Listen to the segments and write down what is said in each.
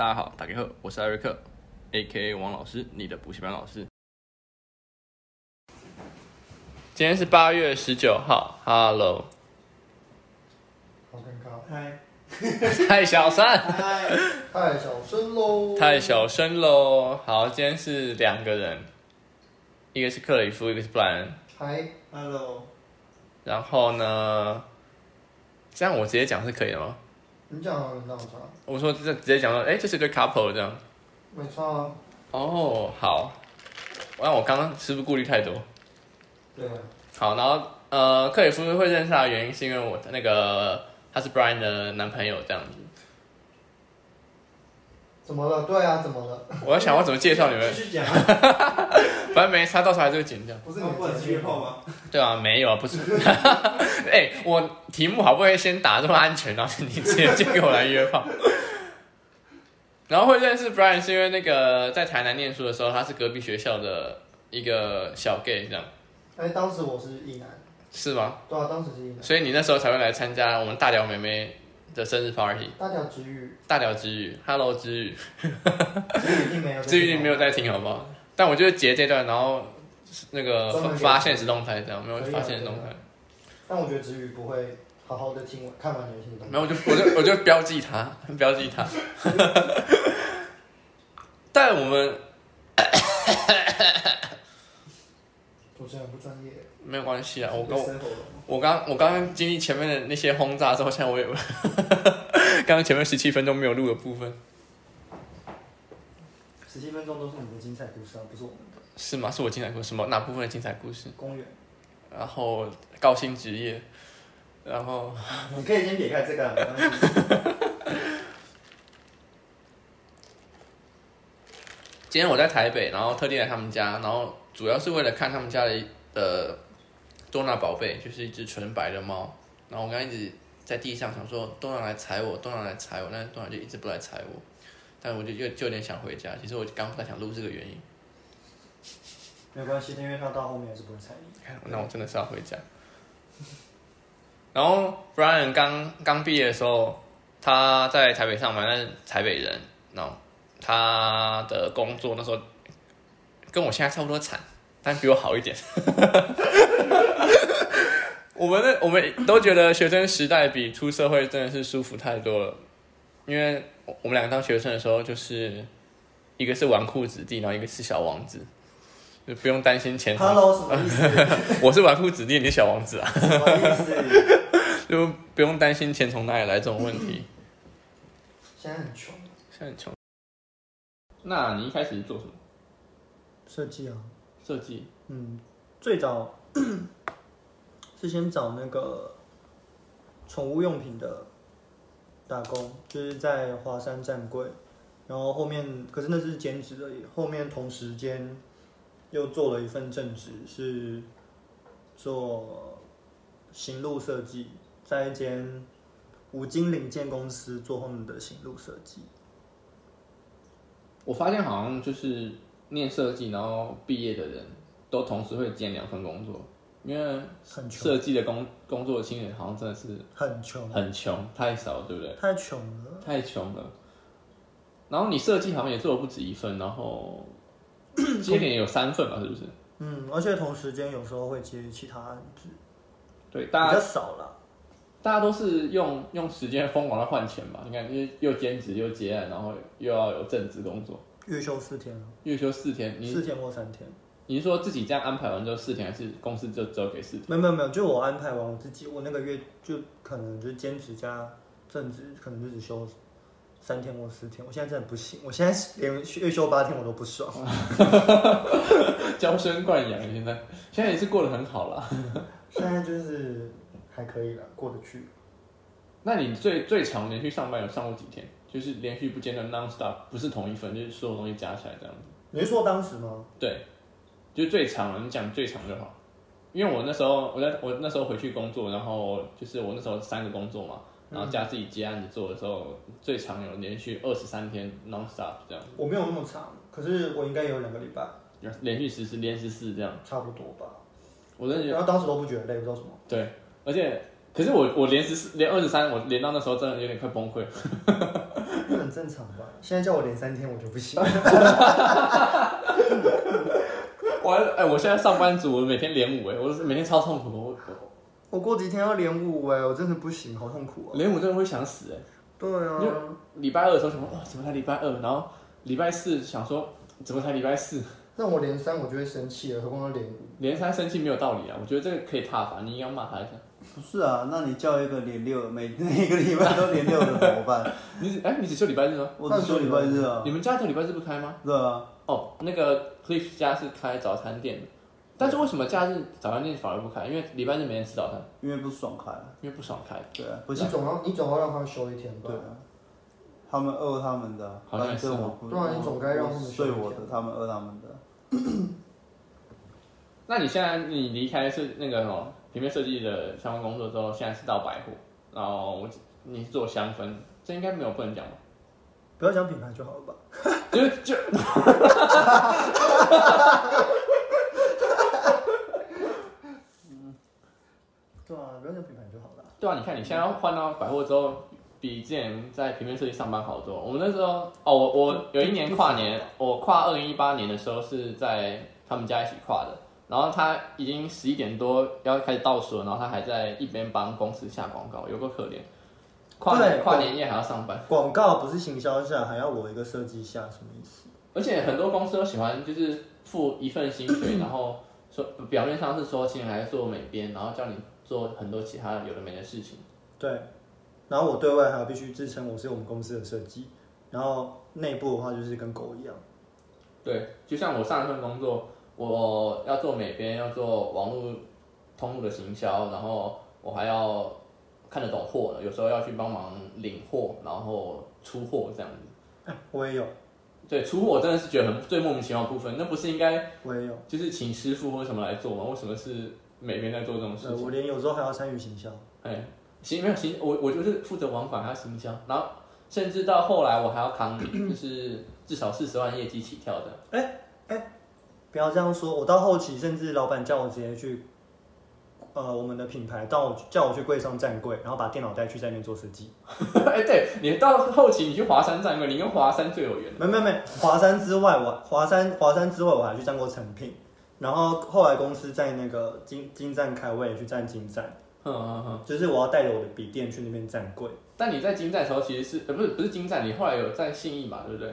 大家好，打给贺，我是艾瑞克，A.K.A 王老师，你的补习班老师。今天是八月十九号，Hello，好尴尬。嗨，太小声，太哎小声喽。太小声喽。好，今天是两个人，一个是克里夫，一个是布莱恩。嗨， Hello，然后呢，这样我直接讲是可以的吗？你讲好了，那我穿，我说这直接讲说，哎，这是对 couple 这样。啊没穿啊。哦，好，那我刚刚是不是顾虑太多？对啊，好，然后呃，克里夫会认识他的原因是因为我的那个他是 Brian 的男朋友这样子。怎么了？对啊，怎么了？我在想我怎么介绍你们，继续讲啊，反正没差，到时候还是会剪掉。不是那你不能继续泡？吗？对啊，没有啊，不是。 哎、我题目好不容易先打这么安全，然后你直接就给我来约炮。然后会认识 Brian 是因为那个在台南念书的时候，他是隔壁学校的一个小 gay 这样，哎，当时我是一男，是吗？对啊，当时是一男。所以你那时候才会来参加我们大屌妹妹的生日 party，大条直 语，大屌之语，Hello 之语。直语一定没有。最近没有在听，好不好？但我就是截这段，然后那个专门给发你现实动态这样，没有可以啊发现实动态，但我觉得直语不会好好的听完看完游戏的东西。然后我就我就我就标记它，标记它。但我们主持人不专业，没有关系啊，我刚被生活了我刚我刚刚经历前面的那些轰炸之后，现在我也 刚刚前面十七分钟没有录的部分十七分钟都是你的精彩故事啊，不是我们的是吗？是我精彩故事吗？哪部分的精彩故事？公园。然后高薪职业，然后 你可以先撇开这个啊，没关系今天我在台北，然后特地来他们家，然后主要是为了看他们家的一呃多纳宝贝，就是一只纯白的猫。然后我刚一直在地上想说多纳来踩我，多纳来踩我，但是多纳就一直不来踩我，但我就又就有点想回家。其实我刚不太想录这个原因，没关系，因为他到后面还是不会踩你。那我真的是要回家。然后 Brian 刚刚毕业的时候，他在台北上班，但是台北人，然后他的工作那时候跟我现在差不多惨，但比我好一点。 我们的我们都觉得学生时代比出社会真的是舒服太多了，因为我们两个当学生的时候，就是一个是纨绔子弟，然后一个是小王子，就不用担心钱。 Hello，什 么意思？我是纨绔子弟，你是小王子啊， 什么意思？就不用担心钱从哪里来这种问题。现在很穷。现在很穷。那你一开始是做什么？设计啊，设计？嗯，最早 是先找那个宠物用品的打工，就是在华山站柜，然后后面可是那是兼职而已，后面同时间又做了一份正职，是做行路设计，在一间五金零件公司做他们的行路设计。我发现好像就是念设计，然后毕业的人都同时会兼两份工作，因为很穷设计的工工作的薪水好像真的是很穷，很穷，太少，对不对？太穷了。太穷了。然后你设计好像也做了不止一份，然后 接连有三份吧，是不是？嗯，而且同时间有时候会接其他案子，对，大家比较少啦。大家都是用用时间疯狂的换钱吧？你看，就是又兼职又接案，然后又要有正职工作，月休四天啊，月休四天。你四天或三天，你是说自己这样安排完之后四天，还是公司就只有给 四天？没有没有没有，就我安排完我自己，我那个月就可能就兼职加正职，可能就只休三天或四天。我现在真的不行，我现在连月休八天我都不 爽。娇生惯养，现在现在也是过得很好啦。现在就是还可以了，过得去。那你最最长连续上班有上过几天？就是连续不间断 non stop，不是同一份，就是所有东西加起来这样子。你是说当时吗？对，就是最长了，你讲最长就好。因为我那时候我在我那时候回去工作，然后就是我那时候三个工作嘛，然后加自己接案子做的时候，最长有连续二十三天 non stop 这样，我没有那么长，可是我应该有两个礼拜，连续十四连十四这样，差不多吧。我真的觉然后当时都不觉得累，不知 道什么。得对，而且可是我我连十四连二十三，我连到那时候真的有点快崩溃。那很正常吧？现在叫我连三天，我就不 行。我还哎，我现在上班族，我每天连五哎，我是每天超痛苦的，我我过几天要连五哎，我真的不行，好痛苦我啊。连五真的会想死哎。对因为啊，礼拜二的时候想说，哇，怎么才礼拜二？然后礼拜四想说，怎么才礼拜四？那我连三我就会生气了，何况要连五？连三生气没有道理啊，我觉得这个可以踏伐，你应该骂他一下。不是啊，那你叫一个连六的，每每个礼拜都连六的怎么办？你只哎，你只休礼拜日吗？我只休礼拜日啊，你们家一条礼拜日不开吗？对啊，哦，那个 Cliff 家是开早餐店的，但是为什么假日早餐店反而不开？因为礼拜日没人吃早餐，因为不爽快啊，因为不爽开。对啊，不你想总要你总要让他休一天吧对？啊，他们饿他们的啊，好像反是正我哦不，对啊你总该让他们我休一睡天我的，他们饿他们的，那你现在你离开是那个什么平面设计的相关工作之后，现在是到百货，然后我你是做香氛，这应该没有不能讲吧？不要讲品牌就好了吧？就是就，对啊，不要讲品牌就好了。对啊，你看你现在换到百货之后，比之前在平面设计上班好多。我们那时候哦，我我有一年跨年，我跨二零一八年的时候是在他们家一起跨的，然后他已经十一点多要开始倒数了，然后他还在一边帮公司下广告，有够可怜。跨对啊年跨年夜还要上班，广告不是行销下，还要我一个设计下，什么意思？而且很多公司都喜欢就是付一份薪水，然后说表面上是说请你来做美编，然后叫你做很多其他有的没的事情。对，然后我对外还要必须自称我是我们公司的设计，然后内部的话就是跟狗一样。对，就像我上一份工作，我要做美编，要做网络通路的行销，然后我还要看得懂货，有时候要去帮忙领货，然后出货这样子。哎，我也有，对，出货我真的是觉得很最莫名其妙的部分，那不是应该我也有。就是请师傅或什么来做吗？为什么是美编在做这种事呃，情？我连有时候还要参与行销。哎，行没有行，我我就是负责往返还有行销，然后甚至到后来我还要扛，就是至少四十万业绩起跳的。不要这样说，我到后期甚至老板叫我直接去，呃，我们的品牌到我叫我去柜上站柜，然后把电脑带去在那边做设计。 哎，对你到后期你去华山站过，你跟华山最有缘。没没没，华山之外我华山华山之外我还去站过成品，然后后来公司在那个金金站开，我也去站金站，嗯嗯嗯。就是我要带着我的笔电去那边站柜。但你在金站的时候，其实是呃不是不是金站，你后来有在信义嘛，对不对？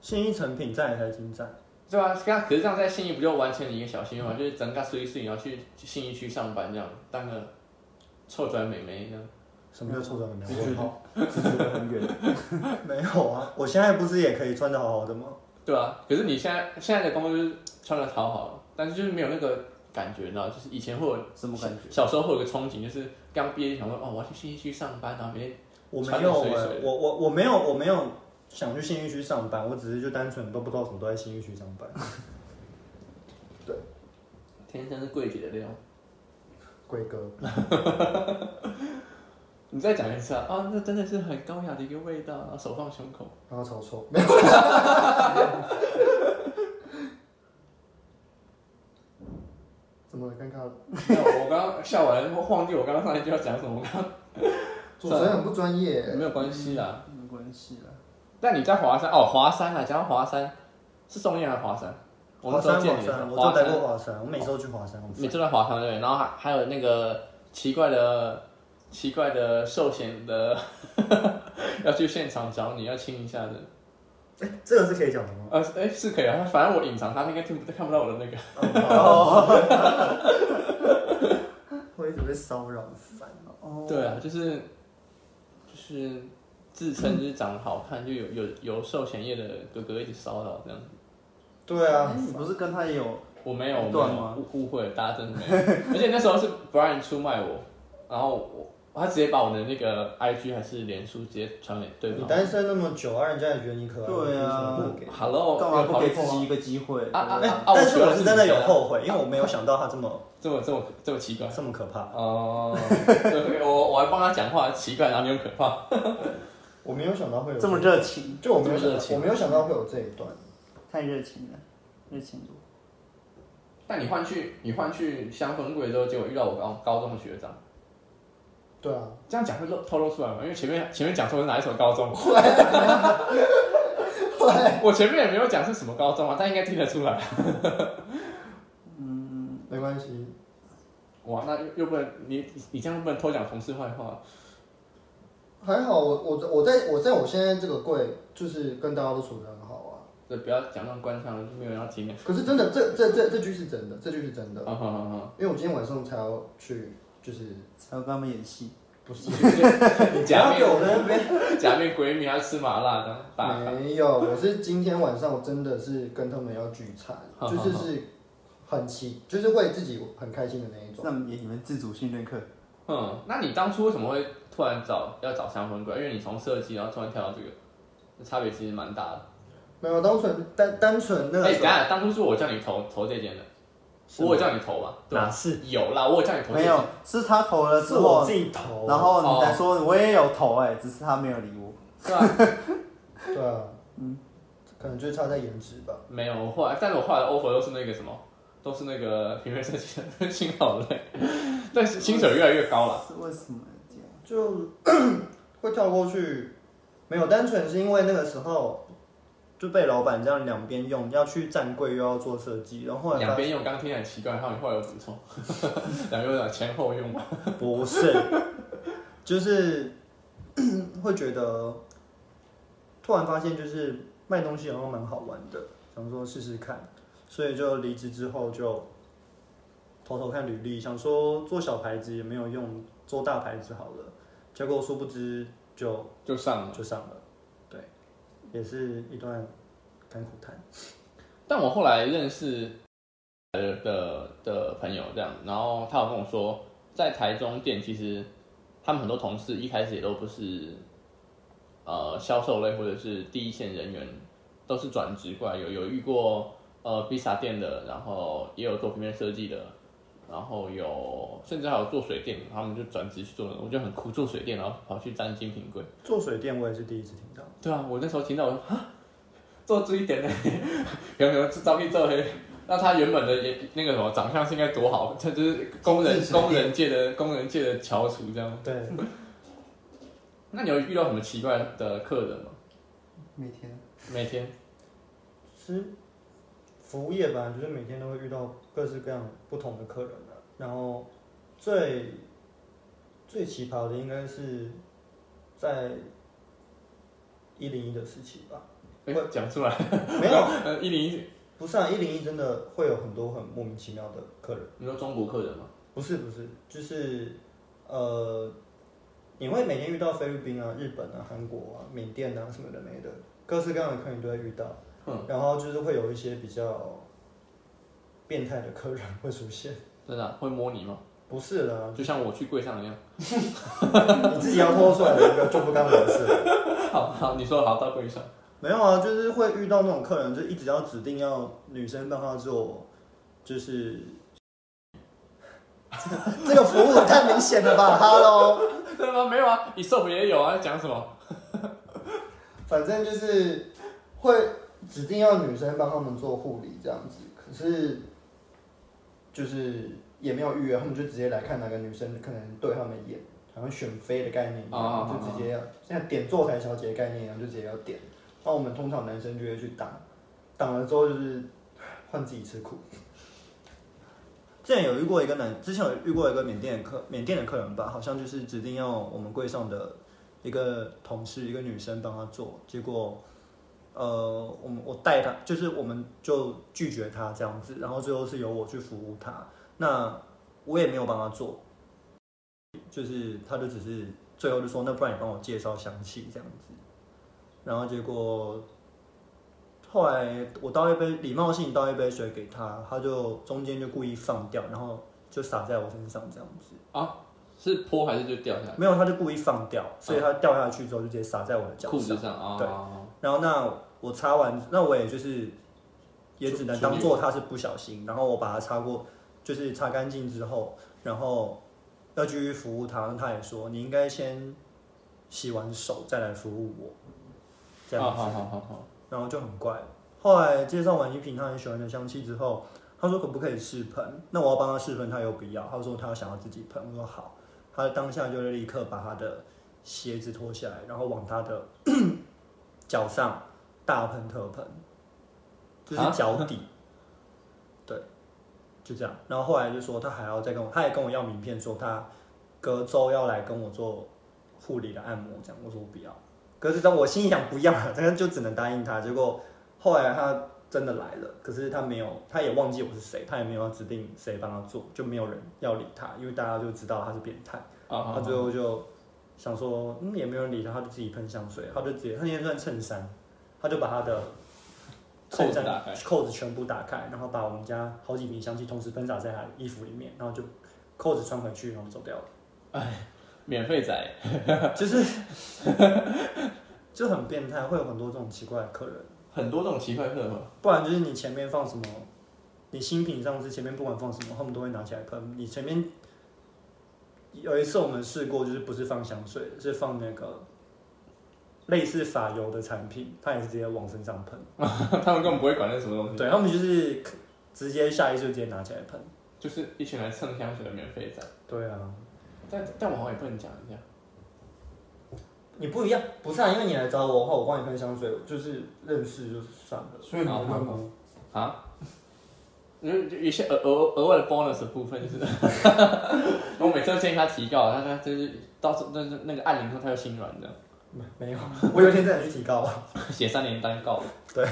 新一成品站也才金站，对啊，可可是这样在信义不就完成你一个小心愿嘛？就是整个碎碎，然后去去信义区上班这样，当个臭拽美眉这样。什么叫臭转只没觉得只觉得 很远，有？ 没有啊，我现在不是也可以穿的好好的吗？对啊，可是你现在现在的工作就是穿的讨好，但是就是没有那个感觉，你知道？就是以前会有什么感觉？小时候会有个憧憬，就是刚毕业想说哦，我要去信义区上班，然后每天我没穿有得水哎、水的我我我没有我没有想去信义区上班，我只是就单纯都不知道什么都在信义区上班。天生是柜姐的料。龟哥，你再讲一次啊！啊，那真的是很高雅的一个味道，然后手放胸口。然后超 臭。怎么了？尴尬了？没有我刚刚笑完，我忘记我刚刚上一句要讲什么，我刚主持人很不专业。刚没有关系啦。没关系啦，但你在华山哦，华山啊，讲到华山，是松燕还是华山？我华那时候山见华你的时山，候，我都华待山，过华山，我每周去华山。我嗯你住在华山对不对？然后还还有那个奇怪的奇怪的寿险的， 要去现场找你要亲一下的。哎、这个是可以讲的吗？呃，哎，是可以啊，反正我隐藏他，那个听不看不到我的那个。哦 我一直被骚扰，烦哦。对啊，就是就是自称就是长得好看，就有有有寿险业的哥哥一直骚扰这样。对啊哎，你不是跟他也有我没有，我没断吗有误误会了，大家真的没有。而且那时候是 Brian 出卖我，然后我他直接把我的那个 IG 还是脸书直接传给对啊你方。单身那么久，啊，人家也觉得你可爱，对啊你为什么不给 Hello，干嘛不给自有好己一个机会？啊啊对啊啊！但我是觉得我是是真的有你的后悔，因为我没有想到他这么啊这么这么这么奇怪？这么可怕。哦、对，我我还帮他讲话，奇怪，然后你很可怕。我没有想到会有这么，热情，就我没有这想么热到，情我没有想到会有这一段。太热情了，热情多。但你换去你换去香氛柜之后，结果遇到我高高中的学长，对啊，这样讲会露透露出来吗？因为前面前面讲说我是哪一所高 中，我前面也没有讲是什么高中啊，但应该听得出来。没关系，哇，那又又不能你你这样不能偷讲同事坏话，还好我我我在我在我现在这个柜，就是跟大家都处得很好啊。对，不要讲那种官腔，没有人要听 你。可是真的，这这这这句是真的，这句是真的，啊哈 哈哈！因为我今天晚上才要去，就是才要跟他们演戏。不是你不要假给面我在那边，假面 闺蜜要吃麻辣的，打没有，我是今天晚上我真的是跟他们要聚 餐，好就是是很期，就是为自己很开心的那一种。让你们你们自主信任课。嗯， 那你当初为什么会突然找要找三婚鬼？因为你从设计，然后突然跳到这个，那差别其实蛮大的。没有，单纯单单纯那个哎、等时一下，当初是我叫你投投这间的，是吗我有叫你投吧？对哪吧？是？有啦，我有叫你投这没间。有，是他投了之是我后自，己投，然后你哦才说我也有投哎，只是他没有理我。对吧？嗯候，对啊，可能就是差在颜值吧。没有，我后来，但是我后来的 offer 都是那个什么，都是那个平面设计的， 心好累，但是薪水越来越高了。是为什么 这样？就 会跳过去，没有，单纯是因为那个时候就被老板这样两边用，要去站柜又要做设计，然后后来两发边用，刚刚听起来很奇怪，然后你后来有补充， 两边用前后用嘛。不是，就是 会觉得突然发现，就是卖东西好像蛮好玩的，想说试试看，所以就离职之后就偷偷看履历，想说做小牌子也没有用，做大牌子好了。结果殊不知就就上了。就上了，对，也是一段甘苦谈。但我后来认识的的的朋友这样，然后他有跟我说，在台中店其实他们很多同事一开始也都不是呃销售类或者是第一线人员，都是转职过来，有有遇过呃披萨店的，然后也有做平面设计的。然后有，甚至还有做水电，他们就转职去做了，我就很酷，做水电，然后跑去沾精品柜。做水电我也是第一次听到，对啊，我那时候听到我说啊，做这一点呢， 有没有招聘做黑？那他原本的也那个什么长相是应该多好，他就是工人精致工人界的工人界的翘楚这样。对，那你有遇到什么奇怪的客人吗？每天每天其实服务业吧，就是每天都会遇到各式各样不同的客人啊。然后最最奇葩的应该是在一零一的时期吧，哎讲出来，没有，呃，一零一，不是啊，一零一真的会有很多很莫名其妙的客人。你说中国客人吗？不是不是，就是呃，你会每天遇到菲律宾啊、日本啊、韩国啊、缅甸啊什么的没的，各式各样的客人都会遇到。哼，然后就是会有一些比较变态的客人会出现，真的啊、会摸你吗？ 不是啦，就像我去柜上一样。你自己要拖出来的一个就不干我的事 了。好好，你说好到柜上， 没有啊，就是会遇到那种客人，就一直要指定要女生帮他做，就是。这个服务也太明显了吧 ，Hello，对吗？没有啊，你 soap 也有啊，讲什么？反正就是会指定要女生帮他们做护理这样子，可是就是也没有预约，他们就直接来看哪个女生可能对他们眼，好像选妃的概念一啊啊样，就直接要像点坐台小姐的概念一样，就直接要点。那我们通常男生就会去挡，挡了之后就是换自己吃苦。之前有遇过一个男，之前有遇过一个缅甸的客，缅甸的客人吧，好像就是指定要我们柜上的一个同事，一个女生帮他做，结果，呃，我们我带他，就是我们就拒绝他这样子，然后最后是由我去服务他，那我也没有帮他做，就是他就只是最后就说，那不然你帮我介绍详细这样子，然后结果后来我倒一杯礼貌性倒一杯水给他，他就中间就故意放掉，然后就洒在我身上这样子。是泼还是就掉下来？没有，他就故意放掉，所以他掉下去之后就直接洒在我的脚裤上子。上啊？对哦然后那我擦完，那我也就是也只能处当做他是不小心，然后我把它擦过，就是擦干净之后，然后要继续服务他，那他也说你应该先洗完手再来服务我，这样好子。好好好好，然后就很怪。后来介绍完一瓶他很喜欢的香气之后，他说可不可以试喷？那我要帮他试喷，他又不要。他说他想要自己喷，我说好。他当下就立刻把他的鞋子脱下来，然后往他的 脚上大喷特喷，就是脚底，对，就这样。然后后来就说他还要再跟我，他也跟我要名片，说他隔周要来跟我做护理的按摩，这样我说我不要。可是当我心里想不要了，但是就只能答应他。结果后来他真的来了，可是他没有，他也忘记我是谁，他也没有要指定谁帮他做，就没有人要理他，因为大家就知道他是变态。啊他最后就想说，嗯，也没有人理他，他就自己喷香水，他就直接，他那天穿衬衫，他就把他的扣衬子衫打开扣子全部打开，然后把我们家好几瓶香气同时喷洒在他的衣服里面，然后就扣子穿回去，然后走掉了。免费仔，就是 就很变态，会有很多这种奇怪的客人。很多这种奇怪客嘛，不然就是你前面放什么，你新品上市前面不管放什么，他们都会拿起来喷。你前面有一次我们试过，就是不是放香水，是放那个类似发油的产品，它也是直接往身上喷。 他们根本不会管那是什么东西，对他们就是直接下意识就直接拿起来喷。就是一群来蹭香水的免费仔。对啊，但但我好像也不能讲一下，你不一样，不是啊，因为你来找我的话，我帮你喷香水，就是认识就算了。所以你好们好吗？啊， 因为就有一些额额额外的 bonus 的部分就是， 我每次都建议他提高，他他就是到时候那那个按铃之后他就心软的，没没有， 我有一天再去提高啊。写三连单告，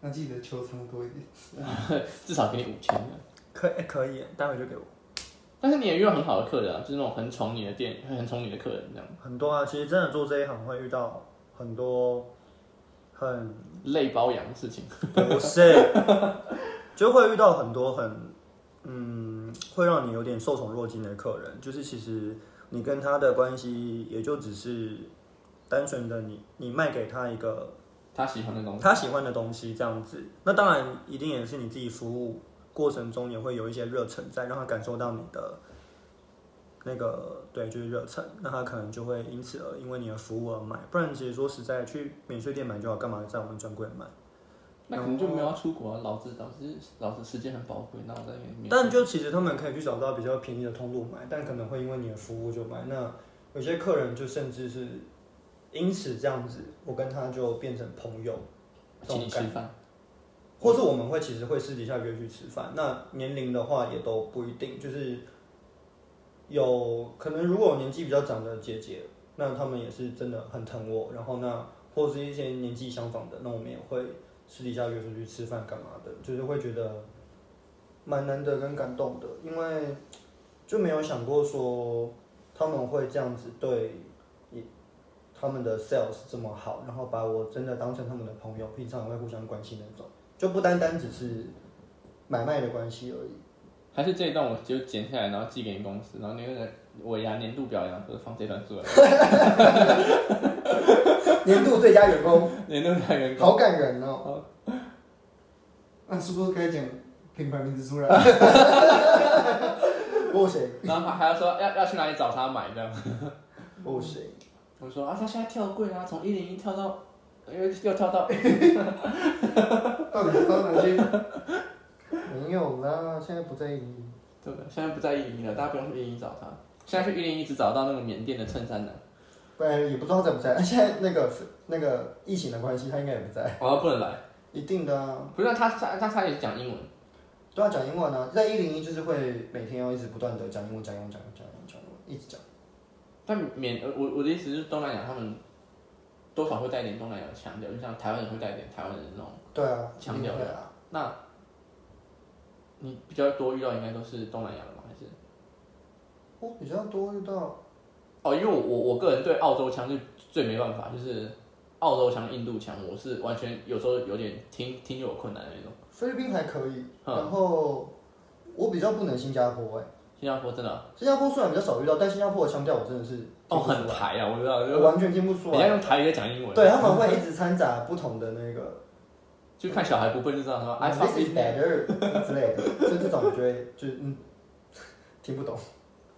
那记得求偿多一点。至少给你五千的。可以、可以，待会就给我。但是你也遇到很好的客人啊，就是那种很宠你的店，很宠你的客人这样，很多啊，其实真的做这一行会遇到很多很累包养的事情。不是，就会遇到很多很嗯，会让你有点受宠若惊的客人。就是其实你跟他的关系也就只是单纯的你，你卖给他一个他喜欢的东西，他喜欢的东西这样子。那当然，一定也是你自己服务过程中也会有一些热忱在，让他感受到你的那个对，就是热忱。那他可能就会因此而因为你的服务而买。不然其实说实在，去免税店买就好，干嘛在我们专柜买？那可能就没有要出国啊。老子老子老子时间很宝贵，那我在里面。但就其实他们可以去找到比较便宜的通路买，但可能会因为你的服务就买。那有些客人就甚至是因此这样子，我跟他就变成朋友，这请种你吃感觉。饭，或是我们会其实会私底下约去吃饭。那年龄的话也都不一定，就是有可能如果年纪比较长的姐姐，那她们也是真的很疼我。然后那或是一些年纪相仿的，那我们也会私底下约出去吃饭干嘛的，就是会觉得蛮难得跟感动的，因为就没有想过说他们会这样子对。他们的 sales 这么好，然后把我真的当成他们的朋友，平常也会互相关心的那种，就不单单只是买卖的关系而已。还是这一段我就剪下来，然后寄给你公司，然后那个尾牙年度表扬，就是放这段出来，年度最佳员 工，年度表扬。好感人哦！那是不是该讲品牌名字出来？不行然后他还要说要要去哪里找他买这样。不 行，我说啊，他现在跳柜啊，从一零一跳到又又跳到，到底到哪些？没有啦，现在不在意。对的，现在不在一零一了，大家不用去一零一找他。现在去一零一只找到那个缅甸的衬衫男，不然也不知道在不在。 现在那个那个疫情的关系，他应该也不在，我、哦、不能来。一定的啊，不是他他他他也讲英文，都要讲英文啊。在一零一就是会每天要一直不断的讲英文，讲英文，讲英文，讲英文，讲英文，一直讲。但缅呃我我的意思是东南亚他们多少会带一点东南亚的腔调，就像台湾人会带一点台湾人的那种。对啊，强调一定会啊。那你比较多遇到应该都是东南亚的吗？还是？我哦比较多遇到哦，因为我我我个人对澳洲腔是最没办法，就是澳洲腔、印度腔，我是完全有时候有点听听就有困难的那种。菲律宾还可以，嗯然后我比较不能新加坡哎、新加坡真的新加坡虽然比较少遇到，但新加坡的腔调我真的是听哦不出来很台啊，我知道，我就完全听不出你来。要用台语在讲英文，对，他们 会一直掺杂不同的那个就看小孩不笨就知道说 I Oh, this fuck is it better 之类的，所以这种我就会就是嗯听不懂，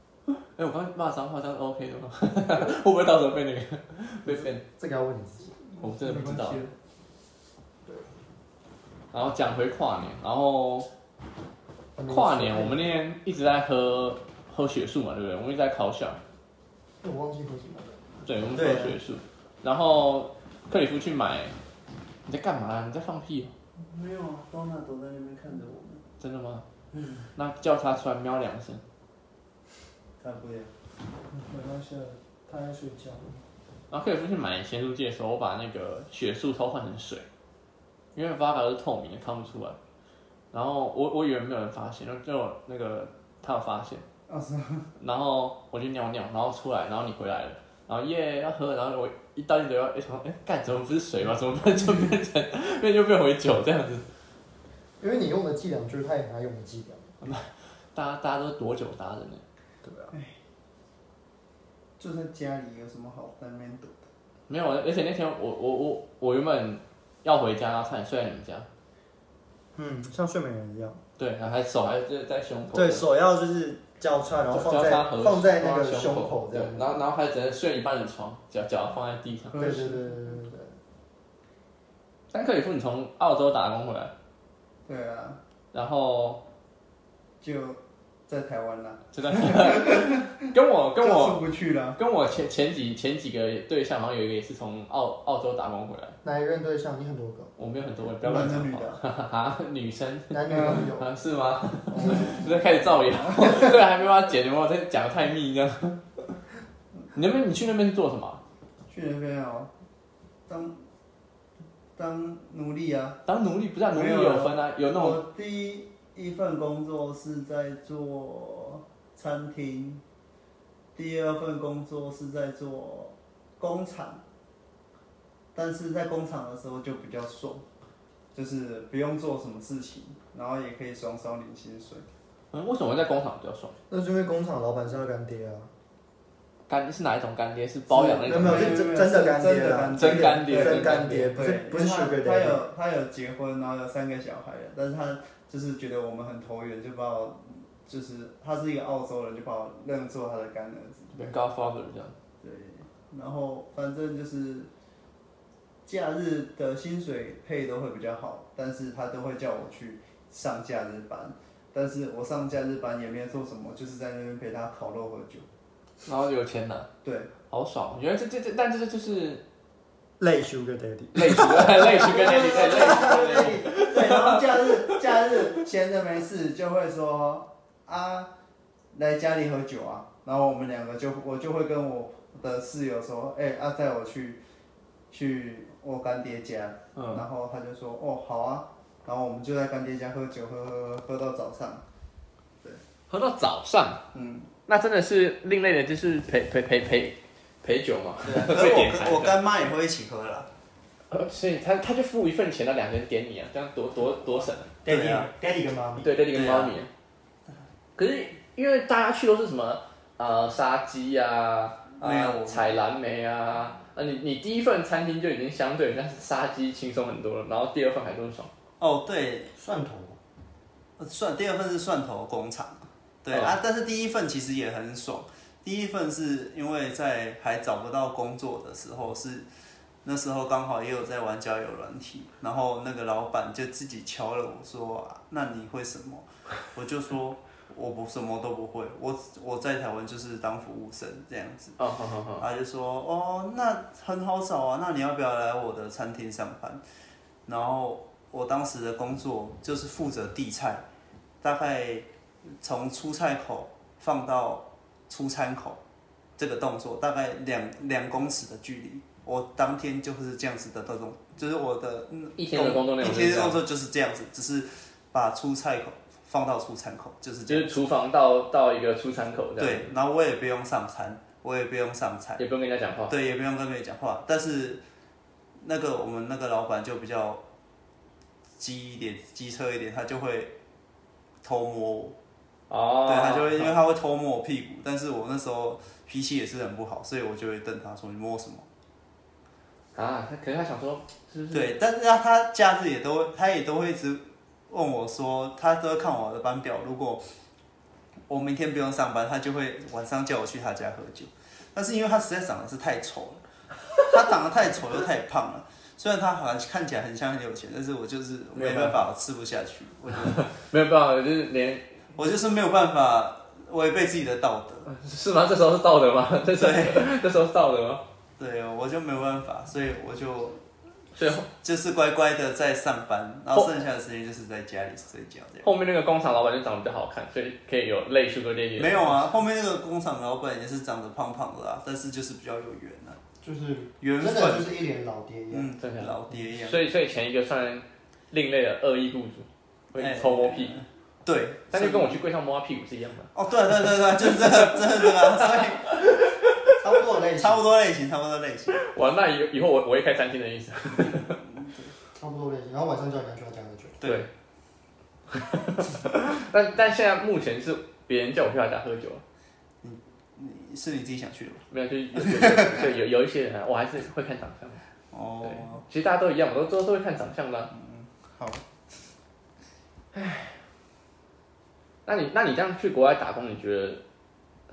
哎，我刚刚骂脏话，这样 OK 的吗？ 会不会到时候被那个 被 ban？这个要问你自己。我真的不知道没关系。然后讲回跨年，然后还没跨年吃我们那天一直在喝喝血素嘛，对不对？我们一直在考小，我忘记喝什么了。对，我们喝对啊血素。然后克里夫去买，你在干嘛？你在放屁哦、没有啊，多纳躲在那边看着我们，真的吗？嗯。那叫他出来喵两声。他不要。没关系了，他在睡觉。然后克里夫去买咸酥鸡的时候，我把那个血素偷换成水，因为 v o 是透明的，看不出来。然后我我以为没有人发现，就就那个他有发现。然后我就尿尿，然后出来，然后你回来了，然后耶要喝，然后我一倒进嘴巴，一想哎干怎么不是水吗？怎么办就 变成变就变回酒这样子？因为你用的伎俩就是他也拿用的伎俩，大家大家都是躲酒达人呢，就在家里有什么好在那边躲？没有，啊而且那天我我我我原本要回家，然后差点睡在你们家，嗯，像睡美人一样。对，然后还手还在在胸口，对，手要就是交叉，然然后后放放在交叉合放在那个放在胸胸口这样对，然后然后还只能睡一半的床，脚脚放在地上。对对对对对对。但克里夫，你从澳洲打工回来，对啊，然后 就在台湾啦，这段跟我跟就我出不去了。跟我前前几前几个对象，好像有一个也是从澳澳洲打工回来，哪一任对象？你很多个，我没有很多，不要男乱的讲女话。的？啊，女生男女 都有。啊，是吗？你 在开始造谣，对，还没办法解决，我在讲的太密这样。你那边你去那边是做什么？去那边哦，当当奴隶啊。当奴隶不是、啊、奴隶没有有分啊，有那种我第一份工作是在做餐厅，第二份工作是在做工厂，但是在工厂的时候就比较爽，就是不用做什么事情，然后也可以双双领薪水。嗯，为什么会在工厂比较爽？那是因为工厂老板是他干爹啊，干是哪一种干爹？是包养的那没种有干没爹？有是真真是的干爹真的啦，干爹真干爹真干爹，不是对，不是因为他 sugar 他 daddy。有他有结婚，然后有三个小孩了，但是他就是觉得我们很投缘，就把我就是他是一个澳洲人，就把我认作他的干儿子。对 Godfather 这样。对，然后反正就是假日的薪水配都会比较好，但是他都会叫我去上假日班，但是我上假日班也没有做什么，就是在那边陪他烤肉喝酒。然后有钱拿， 对，好爽！我觉得这这这，但这这就是类 Sugar Daddy，类似的类似跟 daddy 对类似跟 daddy 对，然后假日假日闲着没事就会说啊，来家里喝酒啊，然后我们两个就我就会跟我的室友说，哎、啊带我去去我干爹家，嗯然后他就说哦好啊，然后我们就在干爹家喝酒，喝喝喝喝到早上， 喝到早上，嗯，那真的是另类的，就是陪陪陪陪陪酒嘛，对、啊，可是被点餐我我的。干妈也会一起喝啦，呃所以他他就付一份钱，那两个人点你啊，这样多多多省啊。对啊 daddy 跟妈咪，对，对，那个对啊猫咪。可是因为大家去都是什么呃杀鸡啊，没有啊采蓝莓啊，啊你你第一份餐厅就已经相对但是杀鸡轻松很多了，然后第二份还更爽。哦对，蒜头，呃蒜第二份是蒜头工厂，对、哦啊，但是第一份其实也很爽。第一份是因为在还找不到工作的时候，是那时候刚好也有在玩交友软体，然后那个老板就自己敲了我说：“啊那你会什么？”我就说：“我不什么都不会，我我在台湾就是当服务生这样子。”哦，好好好。他就说：“哦，那很好找啊，那你要不要来我的餐厅上班？”然后我当时的工作就是负责递菜，大概从出菜口放到出餐口这个动作，大概两两公尺的距离。我当天就是这样子的动作，就是我的嗯一天的工作内容一就是这样天的工作就是这样子，只是把出菜口放到出餐口，就是这就样。是厨房到到一个出餐口这样，对，然后我也不用上餐，我也不用上菜。也不用跟人家讲话。对，也不用跟别人讲话。但是那个我们那个老板就比较机一点、机车一点，他就会偷摸我。哦，对他就会，因为他会偷摸我屁股，但是我那时候脾气也是很不好，所以我就会瞪他说你摸什么。啊，他可能他想说，是 不是？对，但是他他假日也都会，他也都会一直问我说，他都会看我的班表，如果我明天不用上班，他就会晚上叫我去他家喝酒。但是因为他实在长得是太丑了，他长得太丑又太胖了。虽然他好像看起来很像很有钱，但是我就是没有没办法，我吃不下去，我就没有办法，就是连我就是没有办法，违背自己的道德。是吗？这时候是道德吗？ 这时候这时候是道德吗？对，我就没办法，所以我就所以就是乖乖的在上班，然后剩下的时间就是在家里睡觉这样。后面那个工厂老板就长得比较好看，所以可以有类 Sugar Daddy 的没有啊，后面那个工厂老板也是长得胖胖的啊，但是就是比较有缘啊，就是缘真的分，就是一脸老爹一样。嗯，真的老爹一样，所以所以前一个算另类的恶意雇主，会哎偷摸屁股，对，但就跟我去柜上摸他屁股是一样的。哦，对对对对，就是这个，真的这个，啊所以差不多的类型，差不多类型，差不多类型，哇，那以以后我我会开餐厅的意思。啊差不多类型。然后晚上叫你要去他家喝酒，对， 但但现在目前是别人叫我去他家喝酒，是你自己想去的吧？没有就是有有对有有一些人啊，我还是会看长相。对哦，，嗯其实大家都一样，我都都都会看长相的啊。好，那你那你这样去国外打工，你觉得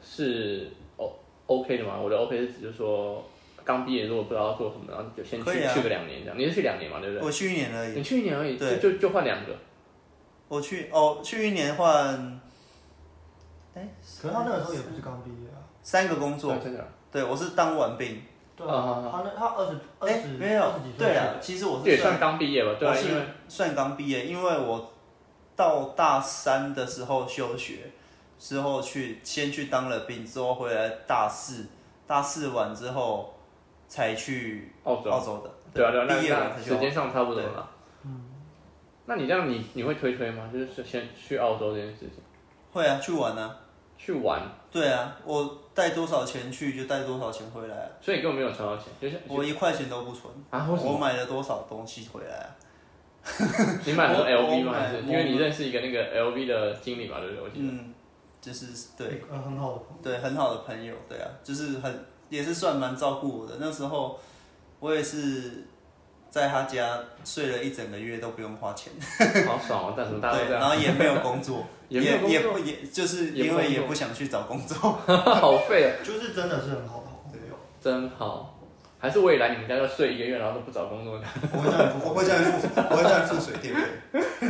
是 O OK 的吗？我的 OK 是指就是说刚毕业如果不知道做什么，然后就先去、可以啊去个两年这样。你是去两年嘛，对不对？我去一年而已，你去一年而已，就对就就换两个。我去哦，去一年换，哎，可是他那个时候也不是刚毕业啊，三个工作对，真的啊。对我是当完兵，对啊啊，他那他二十二哎，十没有二十几，岁对啊，去其实我也是算算刚毕业吧，对我啊，是因为算刚毕业，因为我到大三的时候休学，之后去先去当了兵，之后回来大四，大四完之后才去澳洲澳洲的，哦对啊，对啊，那毕业完那才时去间上差不多了。嗯那你这样你你会推推吗？就是先去澳洲这件事情，会啊，去玩啊，去玩，对啊，我带多少钱去就带多少钱回来啊、所以你根本没有存到钱，就是我一块钱都不存哎啊为什么我买了多少东西回来啊？你买了我 LV 吗？我买还是因为你认识一个那个 LV 的经理嘛，对不对？我记得。嗯，就是对，呃，很好的朋友。对，很好的朋友，对啊，就是很也是算蛮照顾我的。那时候我也是在他家睡了一整个月都不用花钱， 好爽哦！但什么大家都对，这样，，然后也没有工作 也没有工作也不也就是也不因工作为也不想去找工作， 好废啊，就是真的是很好的朋友。真好。还是未来你们家要睡一个月，然后都不找工作呢？我会叫你付，我会叫你付，我会叫你付水电费，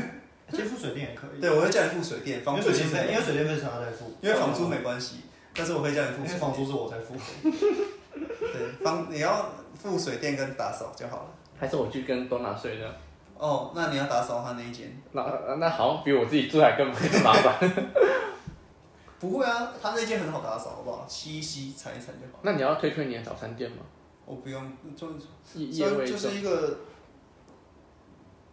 接触水电也可以， 对，我会叫你付水电，因房为租水其电实费，因因为为水电费是他在付，因为房租没关系，但是我会叫你因付为水房电，租是我在付的。对，房你要付水电跟打扫就好了。还是我去跟东娜睡呢？哦，那你要打扫他那一间。那那好像比我自己住还更更麻烦。 不会啊，他那间很好打扫，好不好？吸一吸，铲一铲就好。那你要推推你的早餐店吗？我不用，就夜夜就味就重是一个，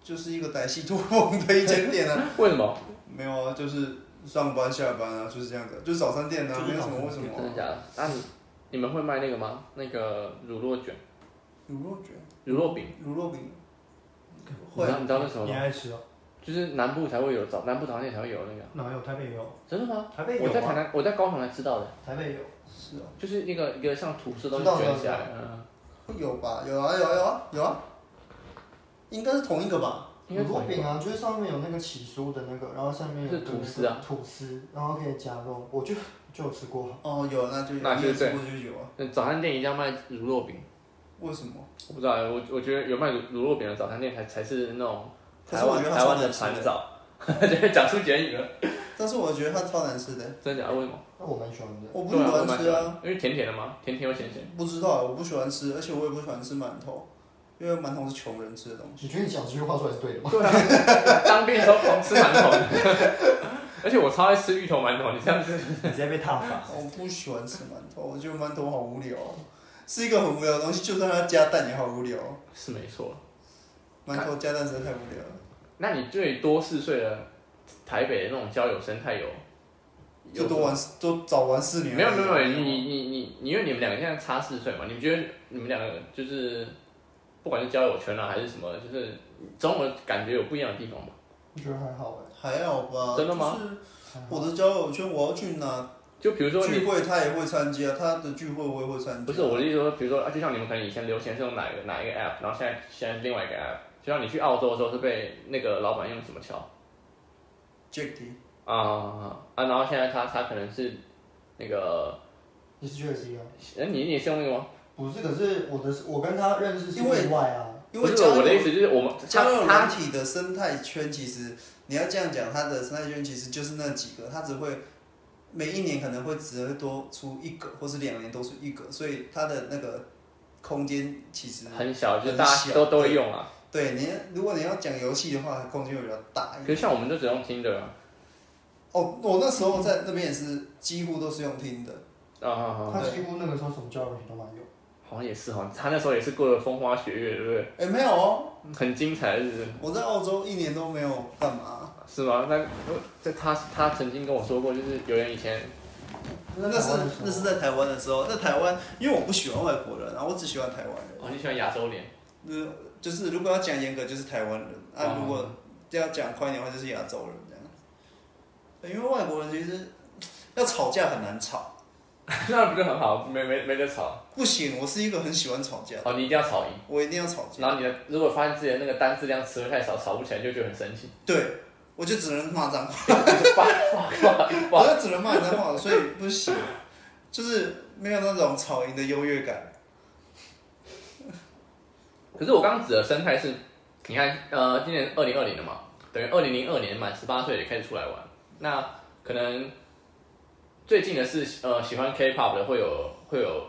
就是一个歹戏托梦的一间店啊。为什么？没有啊，就是上班下班啊，就是这样子，就是早餐店啊，就是没有什么为什早么真的啊。假的？那你你们会卖那个吗？那个乳酪卷、乳酪卷、乳酪饼？乳酪饼，你会知道你知道那什么你吗？爱吃哦？就是南部才会有早南部早餐店才会有那个，哪有？台北也有，真的吗？台北有我在台啊，南，我在高雄才知道的，台北有。是啊，就是那个一个像吐司东西知道卷知道起来，嗯，会有吧？有啊，有啊，有啊，有啊，应该是同一个吧？应该乳酪同一饼个吧啊，就是上面有那个起酥的那个，然后下面有是个吐司啊吐司，然后可以夹肉，我就就有吃过。哦，有，那就有，那就你有对吃过就有啊？那早餐店一定要卖乳酪饼，为什么？我不知道，我我觉得有卖乳乳酪饼的早餐店才才是那种可台是我湾觉得它台湾超的难吃的盘早， 讲出简语了，但是我觉得它超难吃的，真的假的？为什么？那我蛮喜欢的，我不对喜啊，我蛮欢吃喜啊。欢，因为甜甜的嘛，甜甜又咸咸。不知道，我不喜欢吃，而且我也不喜欢吃馒头，因为馒头是穷人吃的东西。你觉得你讲这句话出来是对的吗？对啊，当兵的时候狂吃馒头， 而且我超爱吃芋头馒头。你 这样子，你直接被踏伐。我不喜欢吃馒头，我觉得馒头好无聊哦、是一个很无聊的东西，就算它加蛋也好无聊哦、是没错。馒头加蛋实在太无聊了。那你对多四岁的台北的那种交友生态有就多玩多早玩四年而已。没有没有没有，你你你你，因为你们两个现在差四岁嘛，你们觉得你们两个就是不管是交友圈啊还是什么，就是总有感觉有不一样的地方嘛？ 我觉得还好哎。还好吧？真的吗？就是我的交友圈，我要去哪就比如说聚你会，他也会参加，他的聚会我也会参加。不是我的意思说，比如说啊，就像你们可能以前流行是用哪一个哪一个 app，然后现在现在另外一个 app，就像你去澳洲的时候是被那个老板用什么敲？ Jack D，啊啊！然后现在他他可能是那个，你是觉得是一样？哎，你你也是用那个吗？不是，可是我的我跟他认识是因为意外啊。因不为是交我的意友思就是我们交友他软他体的生态圈，其实你要这样讲，它的生态圈其实就是那几个，它只会每一年可能会只会多出一个，或是两年多出一个，所以它的那个空间其实很小，就是很大家小都都会用啊。对你，如果你要讲游戏的话，空间会比较大一可点。是像我们就只用听的啊哦，我那时候在那边也是几乎都是用听的，啊啊，啊他几乎那个时候什么教育都蛮有，好像也是哈，他那时候也是过得风花雪月，对不对？哎、没有哦，很精彩的日子我在澳洲一年都没有干嘛，是吗？那这他他曾经跟我说过，就是有人以前那是那是在台湾的时候，在台湾，因为我不喜欢外国人啊，我只喜欢台湾人。哦，你喜欢亚洲脸， 呃，就是如果要讲严格，就是台湾人啊；哦如果要讲宽一点的话，就是亚洲人这样子。因为外国人其实要吵架很难吵，那不是很好？没没没得吵，不行，我是一个很喜欢吵架的，哦，你一定要 吵赢。我一定要吵架。然后你的如果发现自己的那个单字量词汇太少，吵不起来，就觉得很生气。 对，我就只能骂脏话，哇哇哇我哇！就只能骂脏话，所以不行，就是没有那种吵赢的优越感。可是我刚刚指的生态是，你看，呃，今年二零二零了嘛，等于二零零二年满十八岁也开始出来玩。那可能最近的是，呃，喜欢 K-pop 的会有会有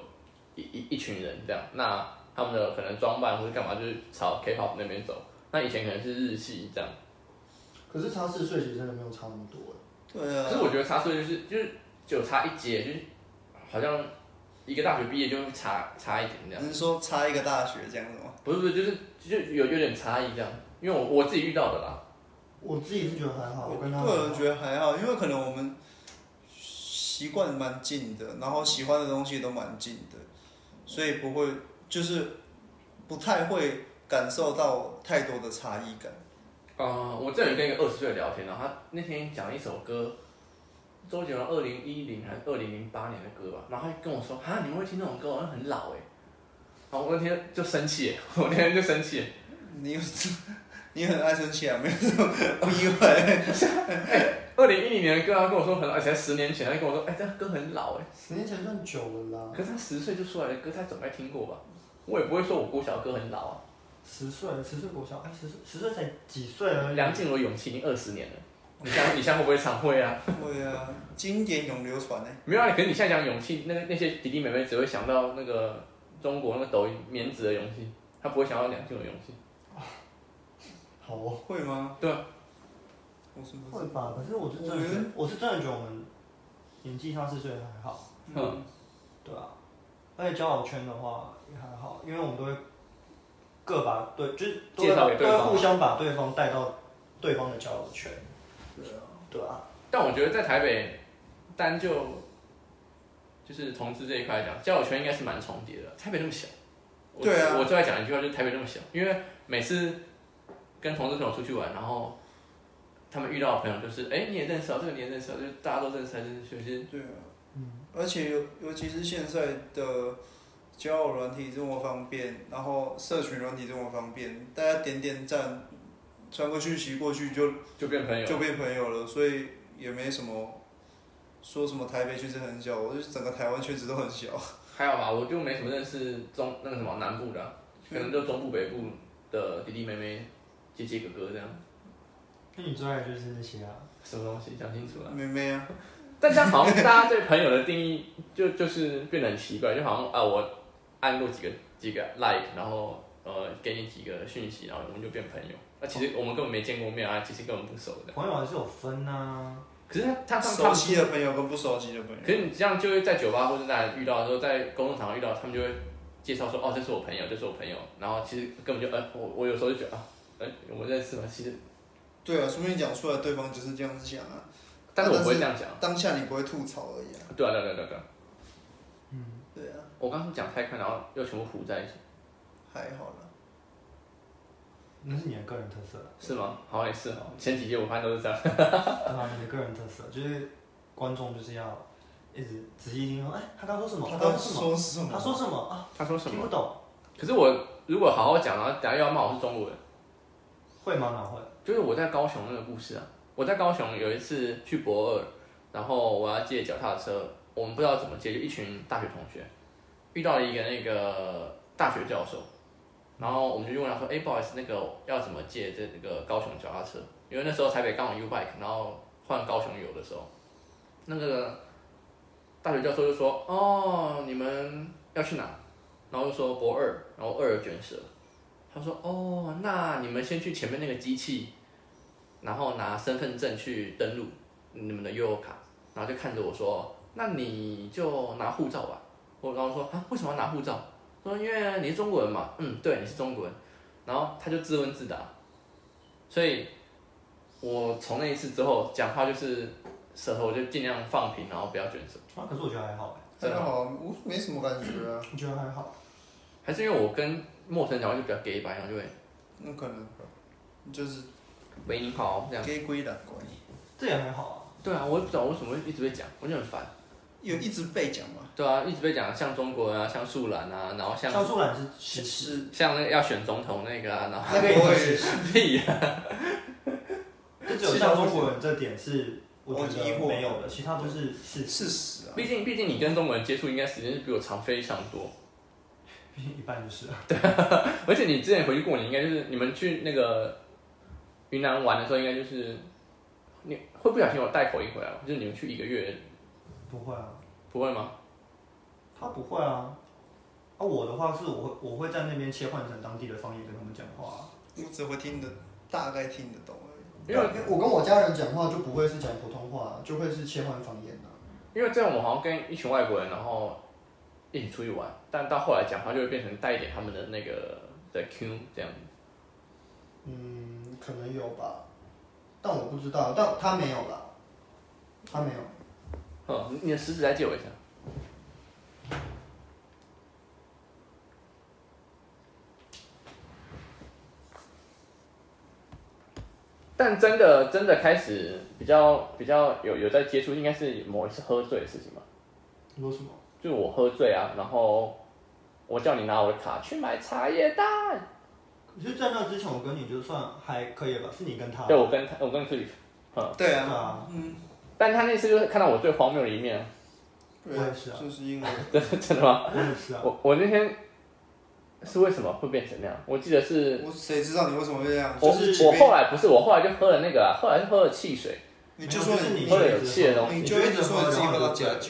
一一一群人这样，那他们的可能装扮或者干嘛就是朝 K-pop 那边走。那以前可能是日系这样，可是差四岁其实真的没有差那么多欸对可是啊，我觉得差岁就是就是就差一阶，就是好像一个大学毕业就差差一点这样。能说差一个大学这样子吗？不是不是，就是就是有有点差异这样，因为我我自己遇到的啦。我自己是觉得还好，我跟他个人得觉得还好，因为可能我们习惯蛮近的，然后喜欢的东西都蛮近的，所以不会就是不太会感受到太多的差异感。啊，我这里跟一个二十岁的聊天，然后他那天讲一首歌，周杰伦二零一零还是二零零八年的歌吧，然后他跟我说啊，你们会听那种歌，好像很老哎、然后我那天就生气欸， 我那天就生气欸，你有你很爱生气啊，没有什么不意外。二零一零年的歌，他跟我说很老，而且才十年前，他就跟我说，哎、这歌很老哎、十年前算久了嗯啦，可是他十岁就出来的歌，他总该听过吧？我也不会说我郭晓歌很老啊，十岁，十岁国小，哎，十岁十岁才几岁啊嗯而已。梁静茹《勇气》已经二十年了，你像你像会不会唱会啊？对啊，经典永流传欸呢、没有啊，可是你现在讲勇气，那那些弟弟妹妹只会想到那个中国那个抖音棉子的勇气，他不会想到梁静茹的勇气。好哦，会吗？对啊我是不会是？吧？可是我是真的觉得，我是真的觉得我们年纪差四岁还好，嗯，对啊。而且交友圈的话也还好，因为我们都会各把对，就是都介绍会给都对会方互相把对方带到对方的交友圈，对啊，对啊。但我觉得在台北单就就是同志这一块来讲，交友圈应该是蛮重叠的。台北那么小，我对啊我最爱讲一句话就是台北那么小，因为每次跟同志朋友出去玩，然后他们遇到的朋友就是，哎、你也认识啊，这个你也认识啊，就是大家都认识，还是就是对啊。嗯而且尤尤其是现在的交友软体这么方便，然后社群软体这么方便，大家点点赞，传个讯息过去就就变朋友。就变朋友了，所以也没什么说什么台北圈子很小，我就是整个台湾圈子都很小。还好吧，我就没什么认识中那个什么南部的啊、可能就中部北部的弟弟妹妹、姐姐哥哥这样，那你最爱的就是那些啊，什么东西讲清楚了。妹妹啊，但这样好像大家对朋友的定义就就是变得很奇怪，就好像啊我按过几个几个 like，然后呃给你几个讯息，然后我们就变朋友。那、其实我们根本没见过面啊，其实根本不熟的。朋友还是有分啊。可是他他他们熟悉的朋友跟不熟悉的朋友，可是你这样就会在酒吧或者在遇到的时候，在公众场合遇到，他们就会介绍说，哦，这是我朋友，这是我朋友。然后其实根本就，呃，我我有时候就觉得啊，呃，我们认识吗？其实，对啊，说不定讲出来对方就是这样子想啊，但是我不会但是这样讲。当下你不会吐槽而已啊。对啊，对啊，对啊对啊对啊。对啊，我刚刚讲太快，然后又全部糊在一起，还好啦。那是你的个人特色啦，是吗？好像也是哦。前几节我看都是这样。对吧？你的个人特色就是观众就是要一直仔细听说，哎，他刚说什么？他刚都说什么？说他说什么？什么哦啊？他说什听不么？懂，可是我如果好好讲，然后等下又要骂我是中国人，会吗？哪会？就是我在高雄那个故事啊。我在高雄有一次去博二，然后我要借脚踏车，我们不知道怎么借，就一群大学同学遇到了一个那个大学教授，然后我们就问他说：“哎、不好意思，那个要怎么借这个高雄脚踏车？因为那时候台北刚有 U Bike，然后换高雄有的时候，那个大学教授就说：“哦，你们要去哪？”然后就说博二，然后二卷舌。他说：“哦，那你们先去前面那个机器，然后拿身份证去登录你们的悠游卡。”然后就看着我说：“那你就拿护照吧。”我然后说：“啊，为什么要拿护照？”说：“因为你是中国人嘛。”嗯，对，你是中国人。然后他就自问自答，所以我从那一次之后讲话就是舌头就尽量放平，然后不要卷舌。啊，可是我觉得还好哎，还好，我没什么感觉啊，你觉得还好？还是因为我跟陌生人讲话就比较 gay 白，然后就会那可能就是喂你好这样。给归的关，这也还好对啊，我也不知道为什么会一直被讲，我就很烦。有一直被讲嘛，对啊，一直被讲像中国人啊，像素兰啊，然后啊。像像素兰是十七，是像那个要选总统那个啊，然后那个也是屁 啊，就只有像中国人这点是我觉得没有的，其他都是是 事实啊，毕竟毕竟你跟中国人接触应该时间是比我长非常多， 一半就是啊。而且你之前回去过年应该就是你们去那个云南玩的时候，应该就是你会不小心有带口音回来吗？就是你们去一个月不会啊，不会吗？他不会啊。啊，我的话是我会我会在那边切换成当地的方言跟他们讲话啊、我只会听得大概听得懂而已。因为我跟我家人讲话就不会是讲普通话，就会是切换方言啊。因为这样我好像跟一群外国人，然后一起出去玩，但到后来讲话就会变成带一点他们的那个的 Q 这样。嗯，可能有吧，但我不知道，但他没有啦，他没有。嗯，你你的食指再借我一下。但真的真的开始比较比较有有在接触，应该是某一次喝醉的事情吧。你说什么？就我喝醉啊，然后我叫你拿我的卡去买茶叶蛋。可是，在那之前，我跟你就算还可以吧，是你跟他。对，我跟他，我跟 Cliff，嗯，对对啊，但他那次就是看到我最荒谬的一面，对我也是啊就是因为真的真的吗？我也是啊。我我那天是为什么会变成那样？我记得是我谁知道你为什么会这样？我就是我后来不是我后来就喝了那个啊，后来是喝了汽水，你就说是 你你喝了有气的东你西，就一直说你自己喝到假假酒，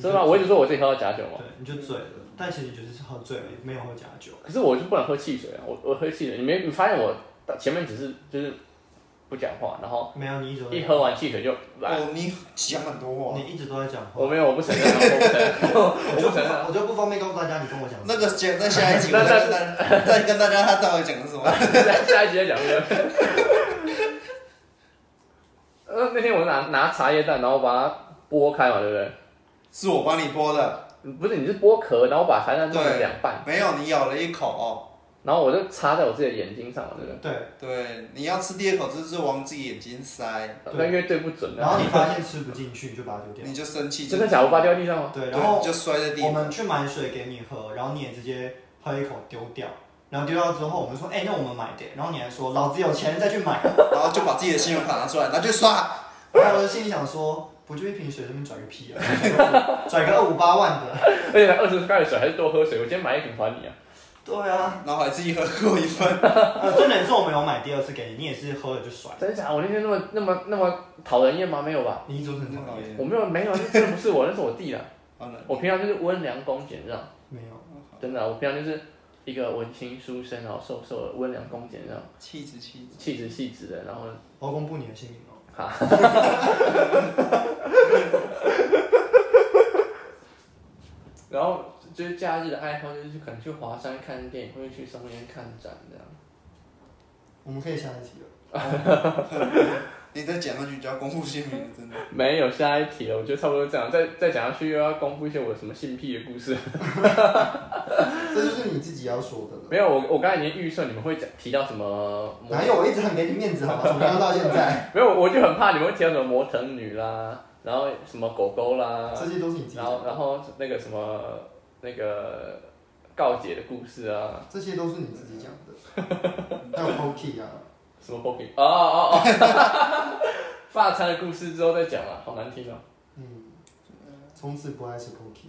是吗？我一直说我自己喝到假酒嘛，对，你就醉了，但其实就是喝醉了，没有喝假酒。可是我就不能喝汽水啊，我我喝汽水，你没你发现我到前面只是就是不讲话，然后没有，你一直都一喝完汽水就来，哦，你讲很多话，你一直都在讲话。我没有，我不承认啊，我不承认， 我我就不不承认啊。我就不方便告诉大家你跟我讲那个讲在下一 集，那我再跟大再跟大家他到底讲的什么？下一集再讲这个。呃，那天我拿拿茶叶蛋，然后把它剥开嘛，对不对是我帮你剥的，嗯？不是，你是剥壳，然后把茶叶蛋弄成两半，没有你咬了一口哦。然后我就插在我自己的眼睛上嘛，对不对，对，你要吃第二口就是往自己眼睛塞，对？对那因为对不准然后啊，你发现吃不进去，你就把它丢 掉。你就生气，就真的假的？我把它丢地上吗？对，对，然后你就摔在地我上。们去买水给你喝，然后你也直接喝一口丢掉。然后丢掉之后，我们说，哎、那我们买的，然后你还说，老子有钱再去买。然后就把自己的信用卡拿出来，然后就刷。然后我就心里想说，不就一瓶水，这边拽个屁啊，拽个二五八万的。而且二十块的水还是多喝水，我今天买一瓶还你啊。对啊，然后还自己喝过一份，呃，重点是我们有买第二次给你，你也是喝了就甩，真的假的？我那天那么那么那么讨人厌吗？没有吧？你一直都是很讨讨厌。厌我没有没有，那真的不是我，那是我 弟啦。啊好了，我平常就是温良恭俭让。没有，真的啊、我平常就是一个文青书生，然后瘦瘦的，温良恭俭让，气质气质，气质细致的，然后我要公布你的姓名哦。然后就是假日的爱好就是可能去华山看电影，或者去松烟看展这样。我们可以下一集了。你再讲下去就要公布姓名了，真的。没有下一题了，我觉得差不多这样，再再讲下去又要公布一些我什么性癖的故事。这就是你自己要说的了。没有，我我刚才已经预设你们会讲提到什么模，哪有？我一直很给你面子，好吗？从刚刚到现 在，没有，我就很怕你们会提到什么魔藤女啦，然后什么狗狗啦，这些都是你自己然，后然后那个什么那个告解的故事啊。这些都是你自己讲的。还有 Pokey 啊，什么 Pocky？哦哦哦， 发餐的故事之后再讲啦，好难听哦。嗯，从此不爱吃 Pokey。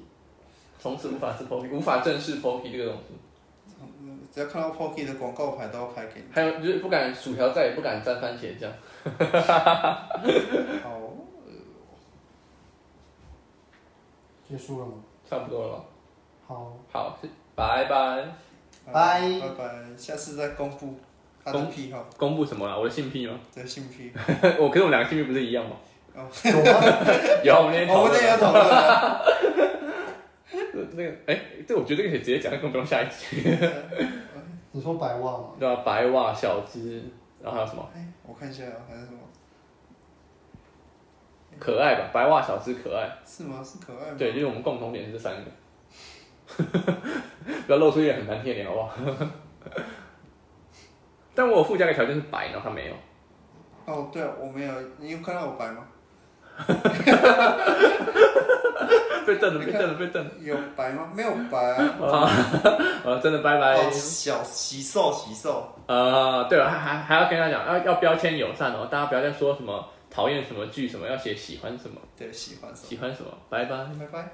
从此无法是 Pocky，无法正视 Pocky 这个东西。只要看到 Pokey 的广告牌都要拍给还有就是不敢薯条，再也不敢沾番茄酱。你。好，结束了吗？差不多了吧。 好，好，拜拜。拜拜拜，下次再公布他的公癖好，公布什么了？我的性癖吗？ 对性癖。我跟我们两个性癖不是一样吗？有吗？有，我们那天哦我讨们论也了。有讨论啊，那个，哎、对，我觉得这个可以直接讲，根本不用下一集。你说白袜吗？对啊，白袜、小只，然后还有什么？ 哎，我看一下啊还有什么？可爱吧，白袜、小只、可爱。是吗？是可爱吗？对，就是我们共同点是这三个。 不要露出一脸很难听的脸，好不好？ 但我有附加一个条件是白，然后他没有。哦，对啊，我没有，你有看到我 白吗？被瞪了，被瞪了，被瞪了。有白吗？没有白啊。呃，真的拜拜。哦，小喜兽，喜兽。呃，对了，还还还要跟他讲，要要标签友善哦，大家不要再说什么讨厌什么剧什么，要写喜欢什么，对，喜欢什喜欢什么，拜拜。么？拜拜。